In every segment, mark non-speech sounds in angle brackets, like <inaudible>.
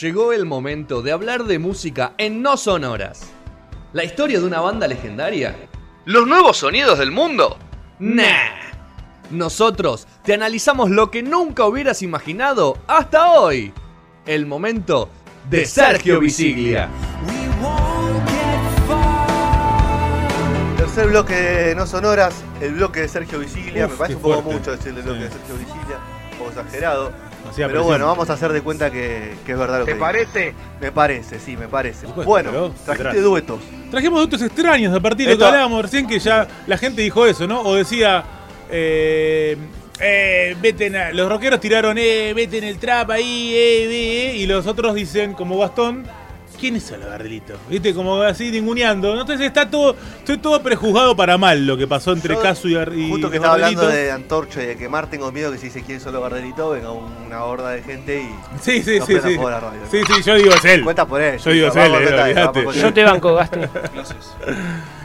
llegó el momento de hablar de música en No Sonoras. La historia de una banda legendaria. Los nuevos sonidos del mundo. Nah. Nosotros te analizamos lo que nunca hubieras imaginado hasta hoy. El momento de Sergio Visiglia. Tercer bloque de No Sonoras, el bloque de Sergio Vigilia. Uf, Me parece qué un poco fuerte. mucho decir el bloque Sí. de Sergio Vigilia, un poco exagerado. Hacía pero presión. bueno, vamos a hacer de cuenta que, que es verdad lo que ¿Te digo. parece? Me parece, sí, me parece. Por supuesto, bueno, pero trajiste atrás. duetos. Trajimos datos extraños a partir de lo que Esto- hablábamos recién, que ya la gente dijo eso, ¿no? O decía, eh, eh, veten a- los rockeros tiraron, eh, vete en el trap ahí, eh, eh, eh, y los otros dicen, como Gastón, ¿quién es el Gardelito? ¿Viste? Como así, ninguneando. Entonces está todo, estoy todo prejuzgado para mal lo que pasó entre Yo, Casu y, Gar- y Justo que los estaba hablando Gardelitos. de Antorcha y de quemar, tengo miedo que si se quiere solo Gardelito venga una horda de gente y. Sí, sí, nos sí, prenda sí. fuego la radio. Sí, sí, yo digo es él. Cuenta por él. Yo digo, chicos, vamos Cele, con detalle, olvidate. vamos con Yo te detalle. banco, Gastón.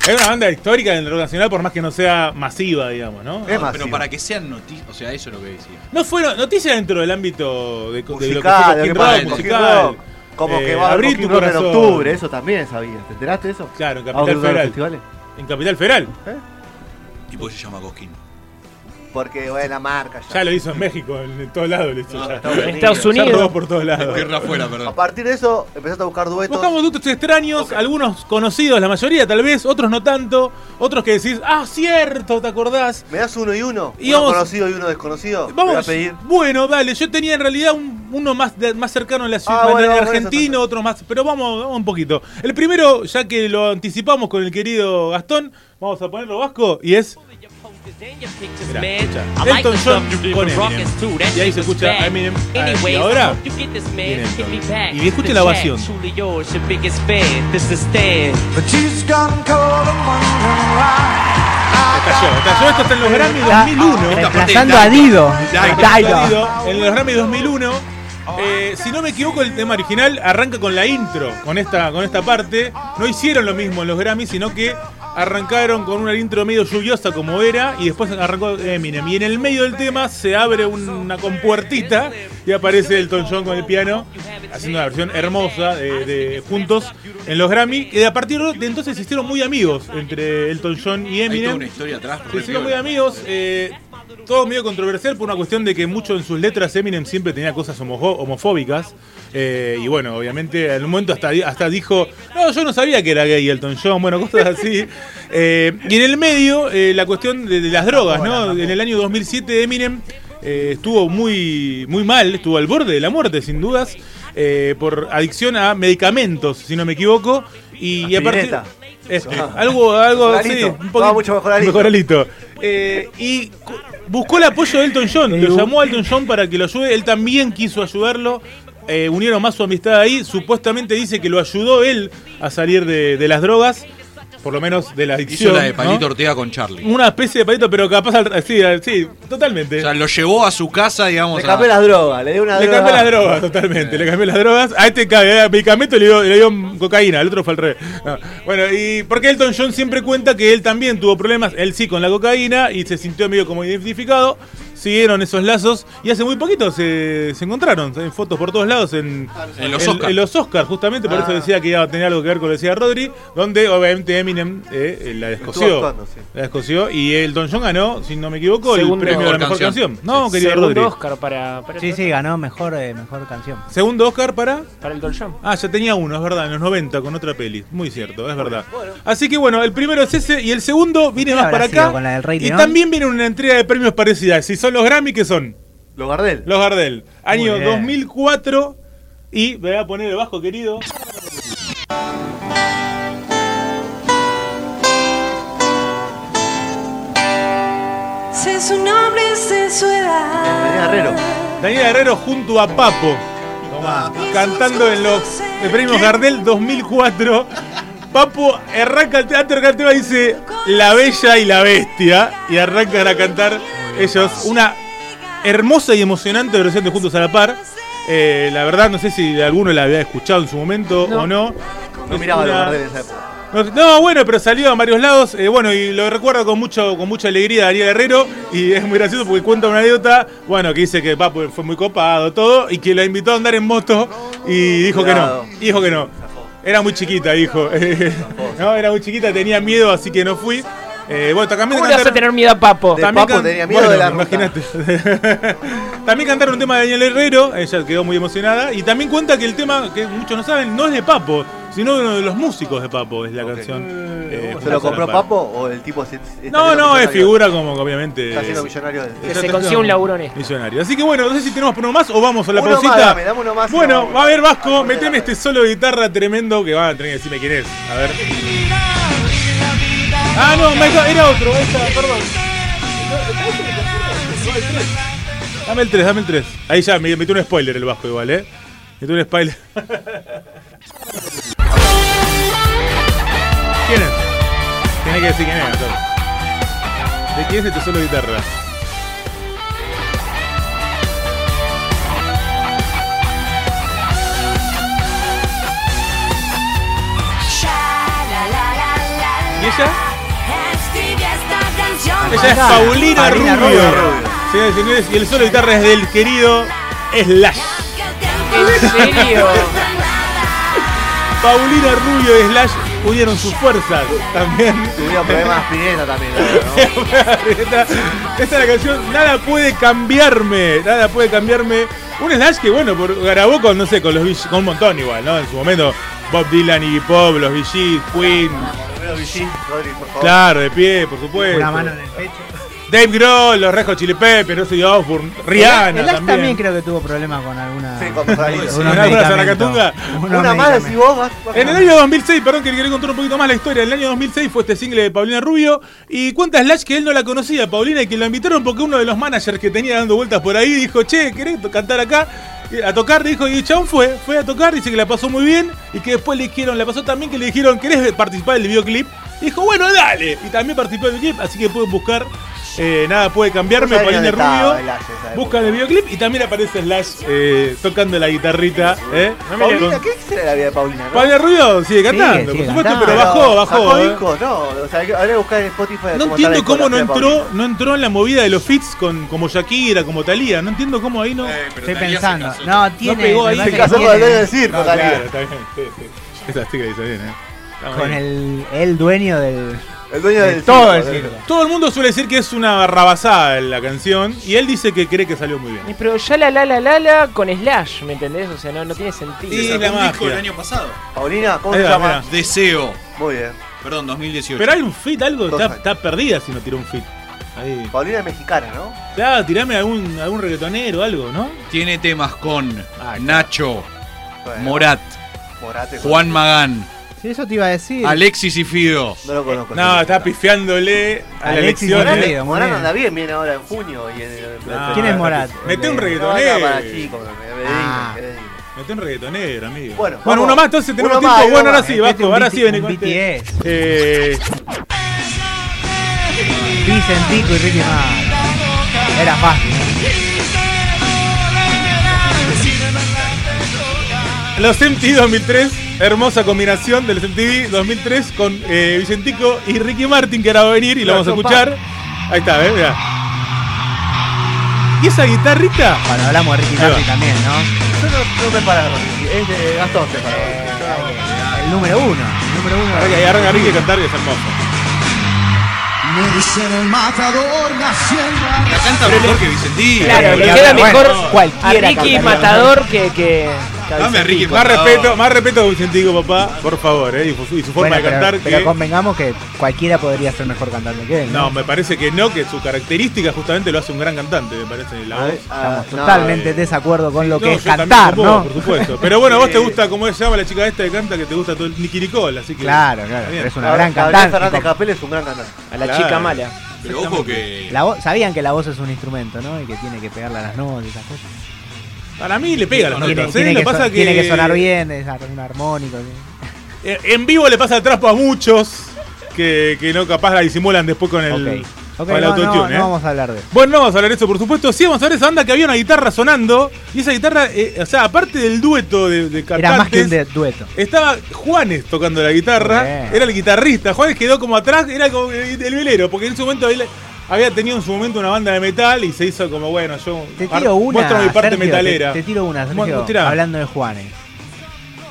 Es una banda histórica del rock nacional, por más que no sea masiva, digamos, ¿no? Es Pero masivo. para que sean noticias, o sea, eso es lo que decía. No fueron noticias dentro del ámbito de, co- de lo que musical, fue lo que Cosquín pasa Rock, en Cosquín musical. Rock. Como Eh, que va a abrí abrir tu tu en corazón. octubre, eso también sabías. ¿Te enteraste de eso? Claro, en ¿A dónde Capital usan los Federal. festivales? En Capital Federal. ¿Y por qué se llama Cosquín? Ah. Porque va de la marca ya. Ya lo hizo en México, en, en todos lados lo hizo. No, ya. Estados Ya Unidos. En Estados robó Unidos. por todos lados. Tierra afuera, A perdón. partir de eso empezaste a buscar duetos. Buscamos duetos extraños, Ok. algunos conocidos, la mayoría tal vez, otros no tanto, otros que decís, ah, cierto, ¿te acordás? ¿Me das uno y uno? Y uno vamos- conocido y uno desconocido. Te voy a Vamos, pedir. bueno, dale, yo tenía en realidad un- uno más, de- más cercano a la ciudad, Ah, bueno, vamos con argentino, eso, otro más, pero vamos, vamos un poquito. El primero, ya que lo anticipamos con el querido Gastón, vamos a ponerlo vasco y es Mirá, escucha. Elton John con Eminem. Y ahí se escucha a Eminem. Ah, Y ahora viene Elton. Y escuche la ovación. Estalló, estalló. Esto está en los Grammy 2001. Reemplazando a Dido. Dido. Perdido En los Grammy 2001. Eh, si no me equivoco, el tema original arranca con la intro, con esta, con esta parte. No hicieron lo mismo en los Grammy, sino que arrancaron con una intro medio lluviosa como era, y después arrancó Eminem. Y en el medio del tema se abre un- una compuertita y aparece Elton John con el piano, haciendo una versión hermosa de, de Juntos en los Grammy. Y a partir de entonces se hicieron muy amigos entre Elton John y Hay toda Eminem. una historia atrás. Se re hicieron muy piola. amigos, eh, todo medio controversial por una cuestión de que mucho en sus letras Eminem siempre tenía cosas homo- homofóbicas. eh, y bueno, obviamente en un momento hasta, di- hasta dijo, no, yo no sabía que era gay Elton John, bueno, <laughs> cosas así. Eh, y en el medio, eh, la cuestión de, de las drogas, ¿no? En el año 2007 Eminem eh, estuvo muy, muy mal, estuvo al borde de la muerte, sin dudas, eh, por adicción a medicamentos, si no me equivoco. Y, y a partir... Aspirineta. Este, algo, algo, Alito. sí, un No, poquito- mucho mejor Alito. Alito. Eh, y cu- buscó el apoyo de Elton John. Lo llamó a Elton John para que lo ayude. Él también quiso ayudarlo. Eh, unieron más su amistad ahí. Supuestamente dice que lo ayudó él a salir de, de las drogas. Por lo menos de la adicción. Hizo la de ¿no? Palito Mm. Ortega con Charlie. Una especie de palito, pero capaz. al- sí, al- sí, totalmente. O sea, lo llevó a su casa, digamos. Le cambié a... las drogas, le di una Le droga. cambié las drogas, totalmente. Le cambié las drogas. A este ca- eh, medicamento le dio, le dio cocaína, al otro fue al revés. No. Bueno, y porque Elton John siempre cuenta que él también tuvo problemas, él sí, con la cocaína y se sintió medio como identificado. Siguieron esos lazos y hace muy poquito se, se encontraron en fotos por todos lados en, En los Oscar. en los Oscar, justamente por eso Ah. decía que iba a tener algo que ver con lo que decía Rodri, donde obviamente Eminem eh, eh, la descoció. actuando, sí. La descoció y Elton John ganó, si no me equivoco, Segundo- el premio de la Mejor mejor canción. canción. No, querido Segundo Rodri. Oscar para, para, Sí, sí, ganó mejor, eh, mejor canción. Segundo Oscar para. para Elton John. Ah, ya tenía uno, es verdad, en los 90 con otra peli. Muy cierto, es verdad. Así que bueno, el primero es ese y el segundo viene ¿Cuál más para habrá sido acá. con la del Rey y León? también viene una entrega de premios parecida. Si son los Grammy, ¿qué son? Lo Gardel. Los Gardel. Año bien. 2004. Y me voy a poner el bajo, querido. Sé su nombre, sé su Daniel edad. Herrero. Daniel Herrero junto a Papo. Tomá. Cantando en los premios Gardel 2004. Papo arranca el te- antes de arrancar el tema dice La Bella y la Bestia. Y arrancan a cantar ellos una hermosa y emocionante versión de Juntos a la Par. Eh, la verdad, no sé si alguno la había escuchado en su momento o no. No Es miraba a los una- Gardel en esa época. no, no, bueno, pero salió a varios lados. Eh, bueno, y lo recuerdo con mucho, con mucha alegría Daniel Herrero. Y es muy gracioso pues, porque cuenta una anécdota, bueno, que dice que Papo fue muy copado, todo, y que la invitó a andar en moto. y dijo que no. Cuidado. Y dijo que no. Era muy chiquita, dijo. <laughs> no, era muy chiquita, tenía miedo, así que no fui. Eh, bueno, también ¿Cómo le vas a cantaron- tener miedo a Papo? De- Papo tenía miedo de la ruta. imagínate. <laughs> también cantaron un tema de Daniel Herrero, ella quedó muy emocionada. Y también cuenta que el tema, que muchos no saben, no es de Papo, sino de uno de los músicos de Papo, es la Ok. canción. eh, ¿Se lo compró Para- Papo o el tipo se- está No, siendo no, es millonario? figura como que obviamente. Está siendo es- millonario del- Que se consiga un laburo honesto. Millonario. Así que bueno, no sé si tenemos por uno más o vamos a la este. Uno más, pausita. dame, dame uno más y nos bueno, vamos. va a ver Vasco, Vamos, meteme dale. este solo de guitarra tremendo que van a tener que decirme quién es. A ver. Ah, no, Michael, era otro, ahí está, perdón. Dame el 3, dame el 3. Ahí ya, me metió un spoiler el Vasco igual, eh. Metió un spoiler. <laughs> ¿Quién es? Tiene que decir quién es. entonces. ¿De quién es este solo de guitarra? ¿Y ella? Ella es Paulina, Paulina Rubio. Rubio. Señoras y señores, y el solo de guitarra es del querido Slash. ¿En serio? Paulina Rubio y Slash unieron sus fuerzas también. <laughs> Tuvieron problemas de aspirina también, <laughs> la verdad, ¿no? esta, esta es la canción Nada puede cambiarme, nada puede cambiarme. Un Slash que bueno, por, grabó con no sé, con los Bee Gees- con un montón igual, ¿no? En su momento Bob Dylan, Iggy Pop, los Bee Gees, Queen, Romero Vigil, Rodri, por favor. claro, de pie, por supuesto. Una mano en el pecho. Dave Grohl, los Rejo Chili Peppers, no sé, Osbourne, Rihanna El Ash también. también. creo que tuvo problemas con alguna. Sí, con Rodri. algunos ¿Alguna medicamentos. zaracatunga? Unos Una más medicamentos. decís vos, vas- vas- En el año 2006, perdón que le quería contar un poquito más la historia, en el año 2006 fue este single de Paulina Rubio y cuenta Slash que él no la conocía, Paulina, y que lo invitaron porque uno de los managers que tenía dando vueltas por ahí dijo, che, ¿querés to- cantar acá? Y A tocar, dijo, y el chabón fue, fue a tocar, dice que la pasó muy bien y que después le dijeron, la pasó también que le dijeron, ¿querés participar del videoclip? Y dijo, bueno, dale. Y también participó del videoclip, así que pueden buscar, eh, nada puede cambiarme, Vos sabés Paulina dónde estaba Rubio. Slash en esa época. Buscan el videoclip y también aparece Slash eh, tocando la guitarrita. ¿eh? Paulina, ¿qué será la vida de Paulina? no? Pablo Rubio sigue cantando, Sigue, por sigue supuesto, cantando. pero bajó, bajó. ¿Sacó ¿eh? disco? No, o sea, habría que buscar en Spotify. No cómo está la entiendo cómo no discografía de Paulina. entró, no entró en la movida de los fits con como Shakira, como Talía. No entiendo cómo ahí no. Estoy pensando. No, tiene. pegó me ahí. parece Se que casó con este el dueño del tiene- circo, No, Talía. claro, está bien, sí, sí. Esa sticker dice bien, eh. Está muy Con bien. el, el dueño del. El dueño de del todo circo, el del- circo. Todo el mundo suele decir que es una barrabasada la canción y él dice que cree que salió muy bien. Pero ya la la la la la con slash, ¿me entendés? O sea, no, no tiene sentido. Y Y la la un disco magia. el año pasado. Paulina, ¿cómo Ahí se va, llama? Deseo. Muy bien. Perdón, 2018. Pero hay un fit, algo Dos está, años. está perdida si no tiró un fit. Ahí. Paulina es mexicana, ¿no? Claro, tirame algún, algún reggaetonero, algo, ¿no? Tiene temas con Ah, Nacho, Bueno, Morat, Morate. Juan Magán, Sí, eso te iba a decir. Alexis y Fido. No lo conozco. No, está pifiándole a la Alexis elección. Morales. eh. Morat Morales, Morales. anda bien, viene ahora en junio. Y en, en- ¿Quién es Morat? Mete un El de- No, anda reggaetonero. para chicos, me- me- me- Ah. me- me- me- Mete un reggaetonero, amigo. Bueno, bueno vamos. uno más, entonces tenemos Uno tiempo. más, uno bueno, ahora más. sí, Metete Vasco, un ahora BT sí vení un con este. BTS. Eh, Vicentico y Ricky Martin. Era fácil. los MTV 2003, hermosa combinación del MTV 2003 con eh, Vicentico y Ricky Martin, que ahora va a venir y La lo vamos a sopa. escuchar. Ahí está, ¿eh? Mirá. ¿Y esa guitarrita? Cuando hablamos de Ricky Ahí va. Martin también, ¿no? Yo no, no me paro, es de Gastón, te paro. El número uno. El número uno. Arranca, ahí arranca Ricky a cantar, que es hermoso. La canta mejor que Vicentí. Claro, le Claro, queda bueno, mejor no. a cualquiera Ricky cantaría, Matador que. que Dame a Ricky Más Matador. respeto, más respeto a Vicentico, papá, por favor, ¿eh? Y su, y su forma Bueno, de pero, cantar. pero que- convengamos que cualquiera podría ser mejor cantante que él. No, No, me parece que no, que su característica justamente lo hace un gran cantante, me parece. La voz. Ah, Estamos no, totalmente eh, en desacuerdo con lo que No, es yo también cantar, con vos, ¿no? Por supuesto. Pero bueno, a vos te Sí. gusta, como se llama la chica esta que canta, que te gusta todo el Nicky Nicole, así que. Claro, claro. Está bien. pero es una Gabriel- gran Gabriel Fernández cantante. Capel es un gran cantante. a la Claro. chica mala. Pero ojo que. La voz- sabían que la voz es un instrumento, ¿no? Y que tiene que pegarle a las notas y esas cosas. Para mí le pega las Tiene, notas. tiene ¿eh? Lo que, pasa son- tiene que sonar bien, es ar- un armónico. ¿sí? Eh, En vivo le pasa el trapo a muchos que, que no capaz la disimulan después con el, Ok. Ok, con el no, no, autotune. ¿eh? no vamos a hablar de eso. Bueno, no vamos a hablar de eso, por supuesto. Sí, vamos a hablar de esa banda que había una guitarra sonando. Y esa guitarra, eh, o sea, aparte del dueto de, de Era más que cantantes, un de- dueto. Estaba Juanes tocando la guitarra, Bien. era el guitarrista. Juanes quedó como atrás, era como el, el velero, porque en su momento él había tenido en su momento una banda de metal y se hizo como, bueno, yo Te par- tiro una. muestro mi parte Sergio, metalera. Te, te tiro una, Bueno, Sergio, tirá. hablando de Juanes.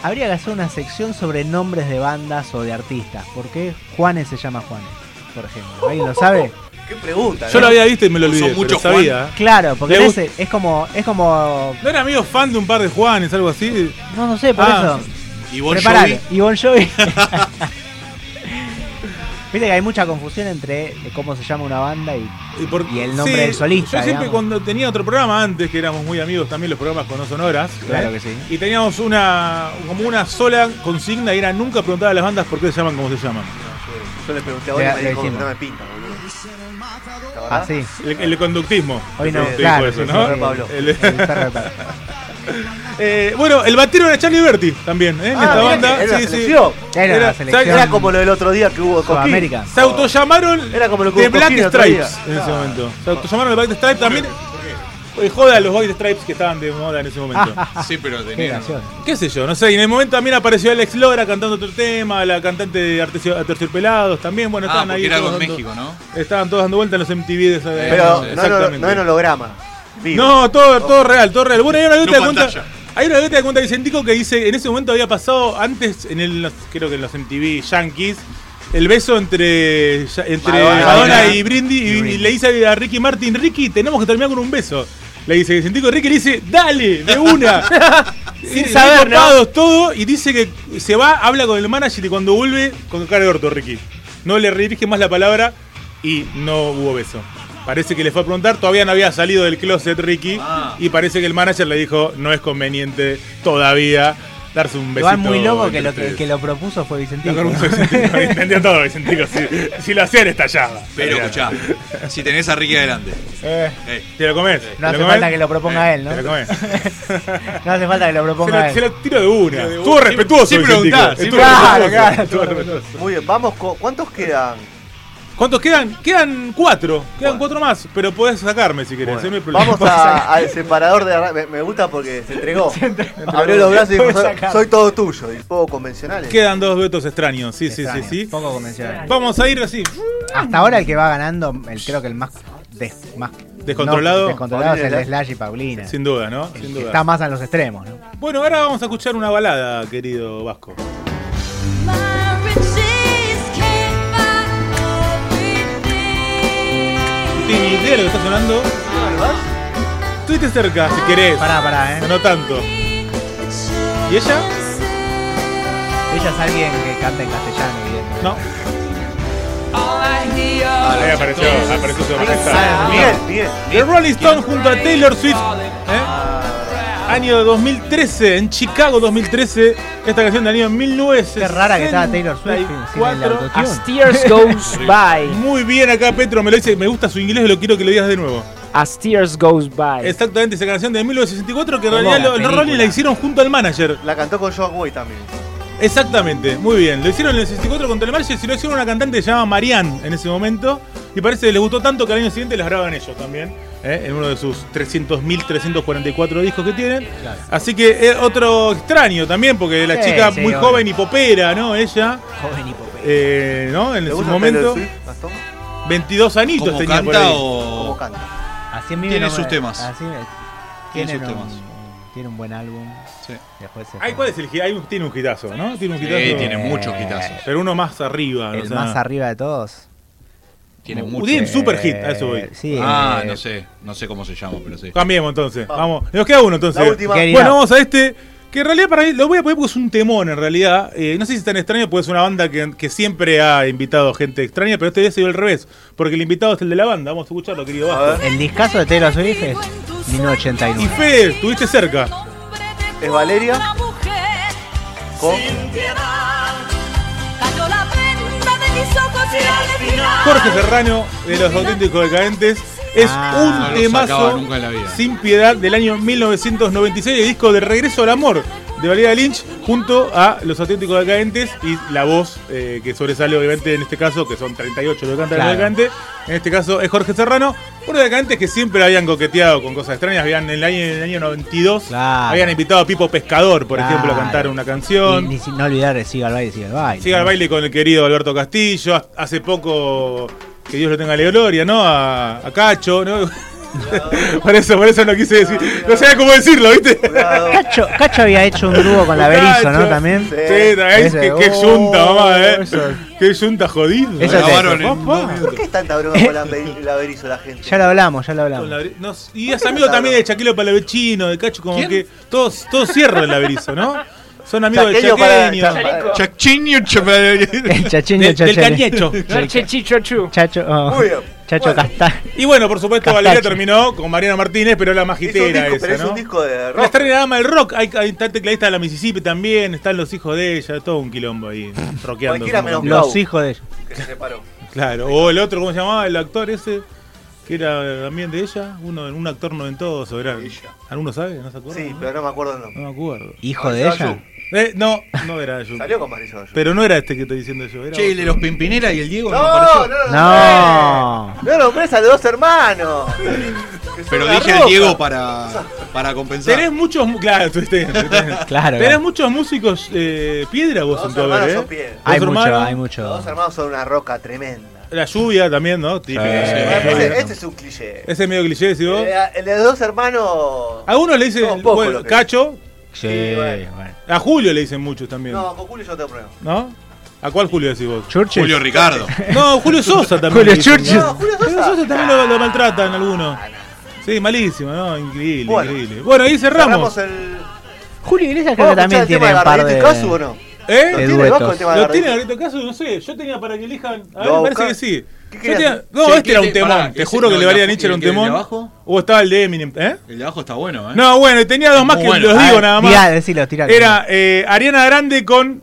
Habría que hacer una sección sobre nombres de bandas o de artistas. ¿Por qué Juanes se llama Juanes? Por ejemplo. ¿Alguien lo sabe? Qué pregunta. Yo lo había visto y me lo Son olvidé. pero muchos sabía. Claro, porque Le en gust- ese- es como. Es como. ¿No era medio fan de un par de Juanes, algo así? No, no sé, por Ah, eso. Y Bon Preparalo. Jovi, Y Bon Jovi. <laughs> Viste que hay mucha confusión entre cómo se llama una banda y. por- Y el nombre del solista, Yo siempre digamos. cuando tenía otro programa antes, que éramos muy amigos también los programas con No Sonoras. Claro ¿eh? que sí. Y teníamos una como una sola consigna y era nunca preguntar a las bandas por qué se llaman como se llaman. Yo le pregunté a Bonnie y Le- me le dijo, dijimos. no me pinta, boludo. ¿La verdad? Así. El, el conductismo. ah, Hoy no. Sí, claro, dijo eso, sí, ¿no? sí, sí, Pablo. El- el perro <laughs> de perro. eh, bueno, el batero era Charlie Berti también, ¿eh? en Ah, esta mirá banda. que era sí, la sí. selección. Era la ¿sabes? selección. Era como lo del otro día que hubo con Sudamérica. Se autollamaron Era como lo que The hubo Black Coquín el otro Stripes día. en ese momento. Se autollamaron The Black Stripes también. Eh, Joda a los White Stripes que estaban de moda en ese <laughs> momento. Sí, pero de Qué negro. gracioso. ¿Qué sé yo? No sé. Y en el momento también apareció Alex Lora cantando otro tema, la cantante de Artesio- Aterciopelados también. Bueno, Ah, estaban ahí. porque era todos con dando- México, ¿no? Estaban todos dando vuelta en los MTV de esa Pero eh, no, no, exactamente. no en holograma. Vivo. No, todo, todo real, todo real. Bueno, hay una anécdota que No cuenta. pantalla. Hay una anécdota que cuenta Vicentico que dice, en ese momento había pasado antes, en el, los- creo que en los MTV Yankees, el beso entre, ya- entre Madonna, Madonna. y Brindy y, y le dice a Ricky Martin, Ricky, tenemos que terminar con un beso. Le dice Vicentico, Ricky le dice, dale, de <laughs> una. Sin saber, ¿no? todo, y dice que se va, habla con el manager y cuando vuelve, con cara de orto, Ricky. No le redirige más la palabra y no hubo beso. Parece que le fue a preguntar, todavía no había salido del closet Ricky Ah. y parece que el manager le dijo no es conveniente todavía darse un besito. Igual muy loco que entre lo que, ustedes". que lo propuso fue Vicentino. Lo <laughs> propuso Vicentico, entendió todo Vicentico, si, si lo hacían estallaba. Pero Claro. escuchá, si tenés a Ricky adelante. <laughs> Eh, Ey, ¿Te lo comes? No hace falta que lo proponga él, ¿no? ¿Te lo <laughs> comes? No hace falta que lo Se proponga lo, se él. lo tiro de una. Estuvo respetuoso. sí Vicentico, preguntá, sí estuvo preguntá. respetuoso, Claro, claro. estuvo respetuoso. Muy bien, vamos. con- ¿Cuántos quedan? ¿Cuántos quedan? Quedan cuatro. Bueno. Quedan cuatro más, pero podés sacarme si querés. Bueno, eh, no hay problema. vamos a- al separador de arra- me, me gusta porque se <laughs> entregó. Abrió los brazos y dijo, Puedes soy, sacar. soy todo tuyo. Y poco convencionales. <laughs> Quedan dos duetos extraños. Sí, Extraño, sí, sí, sí. Poco convencional. Vamos a ir así. Hasta ahora el que va ganando, el, creo que el más, des- más Descontrolado. no, descontrolado es el Paulina de y Slash y Paulina. Sin duda, ¿no? El Sin que duda. está más a los extremos, ¿no? Bueno, ahora vamos a escuchar una balada, querido Vasco. My riches can't buy everything. ¿Tienes ni idea de lo que está sonando? Estuviste cerca, si querés. Pará, pará, ¿eh? No tanto. ¿Y ella? Ella es alguien que canta en castellano, evidentemente. No. Ahí Ah, apareció, apareció su majestad. Bien, bien. The Rolling Stone junto a Taylor Swift. ¿eh? Año 2013, en Chicago 2013. Esta canción del año 1964. Qué rara que estaba Taylor Swift sin- sin el autotune. As Tears Goes By. Ah, Muy bien acá, Petro, me lo dice. Me gusta su inglés, lo quiero que lo digas de nuevo. As Tears Goes By. Exactamente, esa canción de 1964 que en Como realidad la lo- los película. Rolling la hicieron junto al manager. La cantó con Joe Way también. Exactamente, muy bien. Lo hicieron en el 64 con Telemarche, se lo hicieron una cantante que se llama Marianne en ese momento. Y parece que les gustó tanto que al año siguiente las graban ellos también. ¿eh? En uno de sus 300.344 discos que tienen. Así que eh, otro extraño también, porque la Sí, chica sí, muy obvio. joven y popera, ¿no? Ella, Joven y popero. eh, ¿no? En ¿Te su gusta Taylor momento, Swift, Gastón? 22 anitos ¿Cómo tenía por canta ahí. ¿Cómo o.? canta? Así a mí Tiene no me- sus temas. así me- Tiene sus un- temas. Tiene un buen álbum. Sí. Después se Ay, fue. ¿cuál es el hit? Hay un- tiene un hitazo, ¿no? Tiene un Sí, hitazo. tiene muchos quitazos. Pero uno más arriba. El o sea, más arriba de todos. Eh, Tiene un- muchos. tiene un super hit, a eso voy. Sí. Ah, eh, no sé. No sé cómo se llama, pero sí. Cambiemos entonces. Vamos. Nos queda uno entonces. La última. Gary- Bueno, vamos a este. Que en realidad para mí lo voy a poner porque es un temón en realidad. Eh, no sé si es tan extraño porque es una banda que, que siempre ha invitado gente extraña, pero este día se dio al revés. Porque el invitado es el de la banda. Vamos a escucharlo, querido A Vasco. ver. El discazo de Taylor Swift es Y 1989. Fede, estuviste cerca. ¿Es Valeria? Con- Jorge Serrano de los auténticos decadentes. Es Ah, un no lo temazo sacaba nunca de la vida. sin piedad del año 1996, el disco de Regreso al Amor de Valeria Lynch junto a los auténticos decadentes y la voz eh, que sobresale obviamente en este caso, que son 38 los que cantan Claro. los decadentes. En este caso es Jorge Serrano. Unos decantes que siempre habían coqueteado con cosas extrañas. Habían en el año, en el año 92 Claro. habían invitado a Pipo Pescador, por ejemplo, a Claro. cantar una Y canción. ni si- no olvidar de Siga al baile, siga al baile. Siga al ¿no? baile con el querido Alberto Castillo. Hace poco, que Dios lo tenga en la gloria, ¿no? <laughs> A, a Cacho, ¿no? Por eso, por eso no quise decir. No sabía cómo decirlo, ¿viste? <laughs> Cuidado. Cacho, Cacho había hecho un dúo con la Berizo, ¿no? Cacho. También. Sí, también. Ese, Qué, qué oh, yunta, mamá, ¿eh? eso. Qué yunta jodido. ¿eh? Eso te- Grabaron en Papá. dos ¿Por qué es tanta broma con la, Be- la Berizo la gente? Ya lo hablamos, ya lo <laughs> Con hablamos. la- no, y es amigo también de Chaquelo Palavecino, de Cacho, como ¿Quién? que todos, todos cierran la Berizo, ¿no? Son amigos Chaqueño de para- Chaqueño. Chaqueño. Chachiño, El chachiño, De- del chachari. cañecho. <laughs> No, che, chi, cho, chu. Chacho, oh, Muy bien. Chacho Bueno. Casta- Y bueno, por supuesto, Castacho. Valeria terminó con Mariana Martínez, pero la Es un majitera disco, esa, pero es ¿no? un disco de La rock. estrella ama el rock, hay, hay está el tecladista de la Mississippi también, están los hijos de ella, todo un <laughs> quilombo ahí, rockeando. Cualquiera como- menos- Los hijos de ellos. Que se separó. Claro, o el otro, ¿cómo se llamaba? El actor ese, que era también de ella, uno, un actor noventoso, era. ¿Alguno sabe? ¿No se acuerda? Sí, pero no me acuerdo el nombre. No me acuerdo. ¿Hijo de ella? Eh, no, no era yo. Salió con Marisol. Pero no era este que estoy diciendo yo, era <laughs> Che, el otro. de los Pimpinera y el Diego no, No, no, apareció. no. No. No nombres a los dos hermanos. Que son Pero la dije el roca. Diego para, para compensar. Tenés muchos. mu- Claro, <laughs> tú tenés, tenés. Claro. Tenés muchos músicos eh, piedra vos Los en tu dos haber, hermanos ¿eh? son piedra. Hay Los mucho, hermanos. hay Los dos mucho. hermanos son una roca tremenda. La lluvia también, ¿no? Típico. Eh, Ese- Lluvia. Este es un cliché. Ese es Ah, medio cliché, ¿sí vos? Eh, a- El de los dos hermanos. A uno le dicen No, poco bueno, lo que- Cacho, Sí, bueno. bueno. a Julio le dicen muchos también. No, con Julio yo tengo problema. ¿No? ¿A cuál Julio decís vos? Churchill. Julio Ricardo. No, Julio Sosa también. Julio le dicen, Churchill. ¿no? No, Julio Julio Sosa. Sosa también lo, lo maltratan algunos. Sí, malísimo, ¿no? Increíble, Bueno. increíble. Bueno, ahí cerramos. Cerramos el. Julio Iglesias creo ¿Vamos que a escuchar Oh, también el tema tiene de un par Gardel de... y Casu o no? ¿Eh? ¿Lo De tiene debajo duetos. el tema de ¿Lo tiene Gardel? Garrito Caso? No sé, yo tenía para que elijan. A Lo ver, me va a parece que buscar. sí. ¿Qué Yo querías? tenía- No, Sí, este era un ¿quién te- temón. pará, te ese juro no, que le el valía a de Nietzsche era un abajo, ¿y el de temón. abajo? O estaba el de Eminem. ¿Eh? El de abajo está bueno, ¿eh? No, bueno, tenía dos más Muy que bueno. los A digo ver, nada más. Mirá, decilo, tirá. Era eh, Ariana Grande con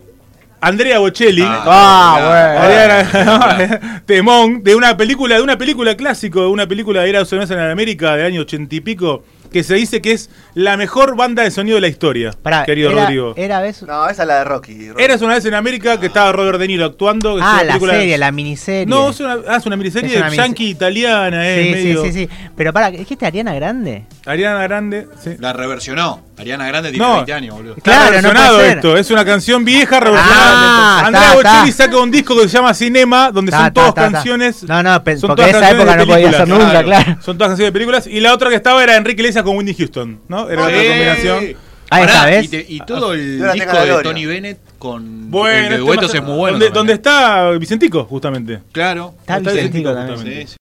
Andrea Bocelli. Ah, bueno. Ariana- <laughs> Temón, de una película, de una película clásico, de una película de Era de en América del año ochenta y pico, que se dice que es la mejor banda de sonido de la historia, Pará, querido era, Rodrigo. Era eso. No, esa es la de Rocky. Rocky. Eras una vez en América que estaba Robert De Niro actuando. que es ah, una la película- serie, la miniserie. No, es una, ah, es una miniserie Es una miniserie. yankee italiana, eh, sí, medio. sí, sí, sí. Pero para, ¿es que esta Ariana Grande? Ariana Grande. sí. La reversionó. Ariana Grande tiene No. 20 años, boludo. Está Claro, no reversionado puede ser. esto, es una canción vieja revolucionada. Ah, está, Andrea está. Bocelli saca un disco que se llama Cinema, donde Ta, son ta, todas ta, ta. canciones. No, no, pe- son porque todas esa canciones época de no podía películas. ser nunca, claro. Son todas canciones de películas. Y la otra que estaba era Enrique Iglesias con Whitney Houston, ¿no? Era otra Sí. combinación. Ah, Ahí Pará, está, ¿ves? Y, te- y todo el Yo la tengo disco Ah, la de gloria. Tony Bennett con Bueno, el de este duetos más- es muy bueno. Donde, también. donde está Vicentico, justamente. Claro. Está Está Vicentico Vicentico también. Sí, sí.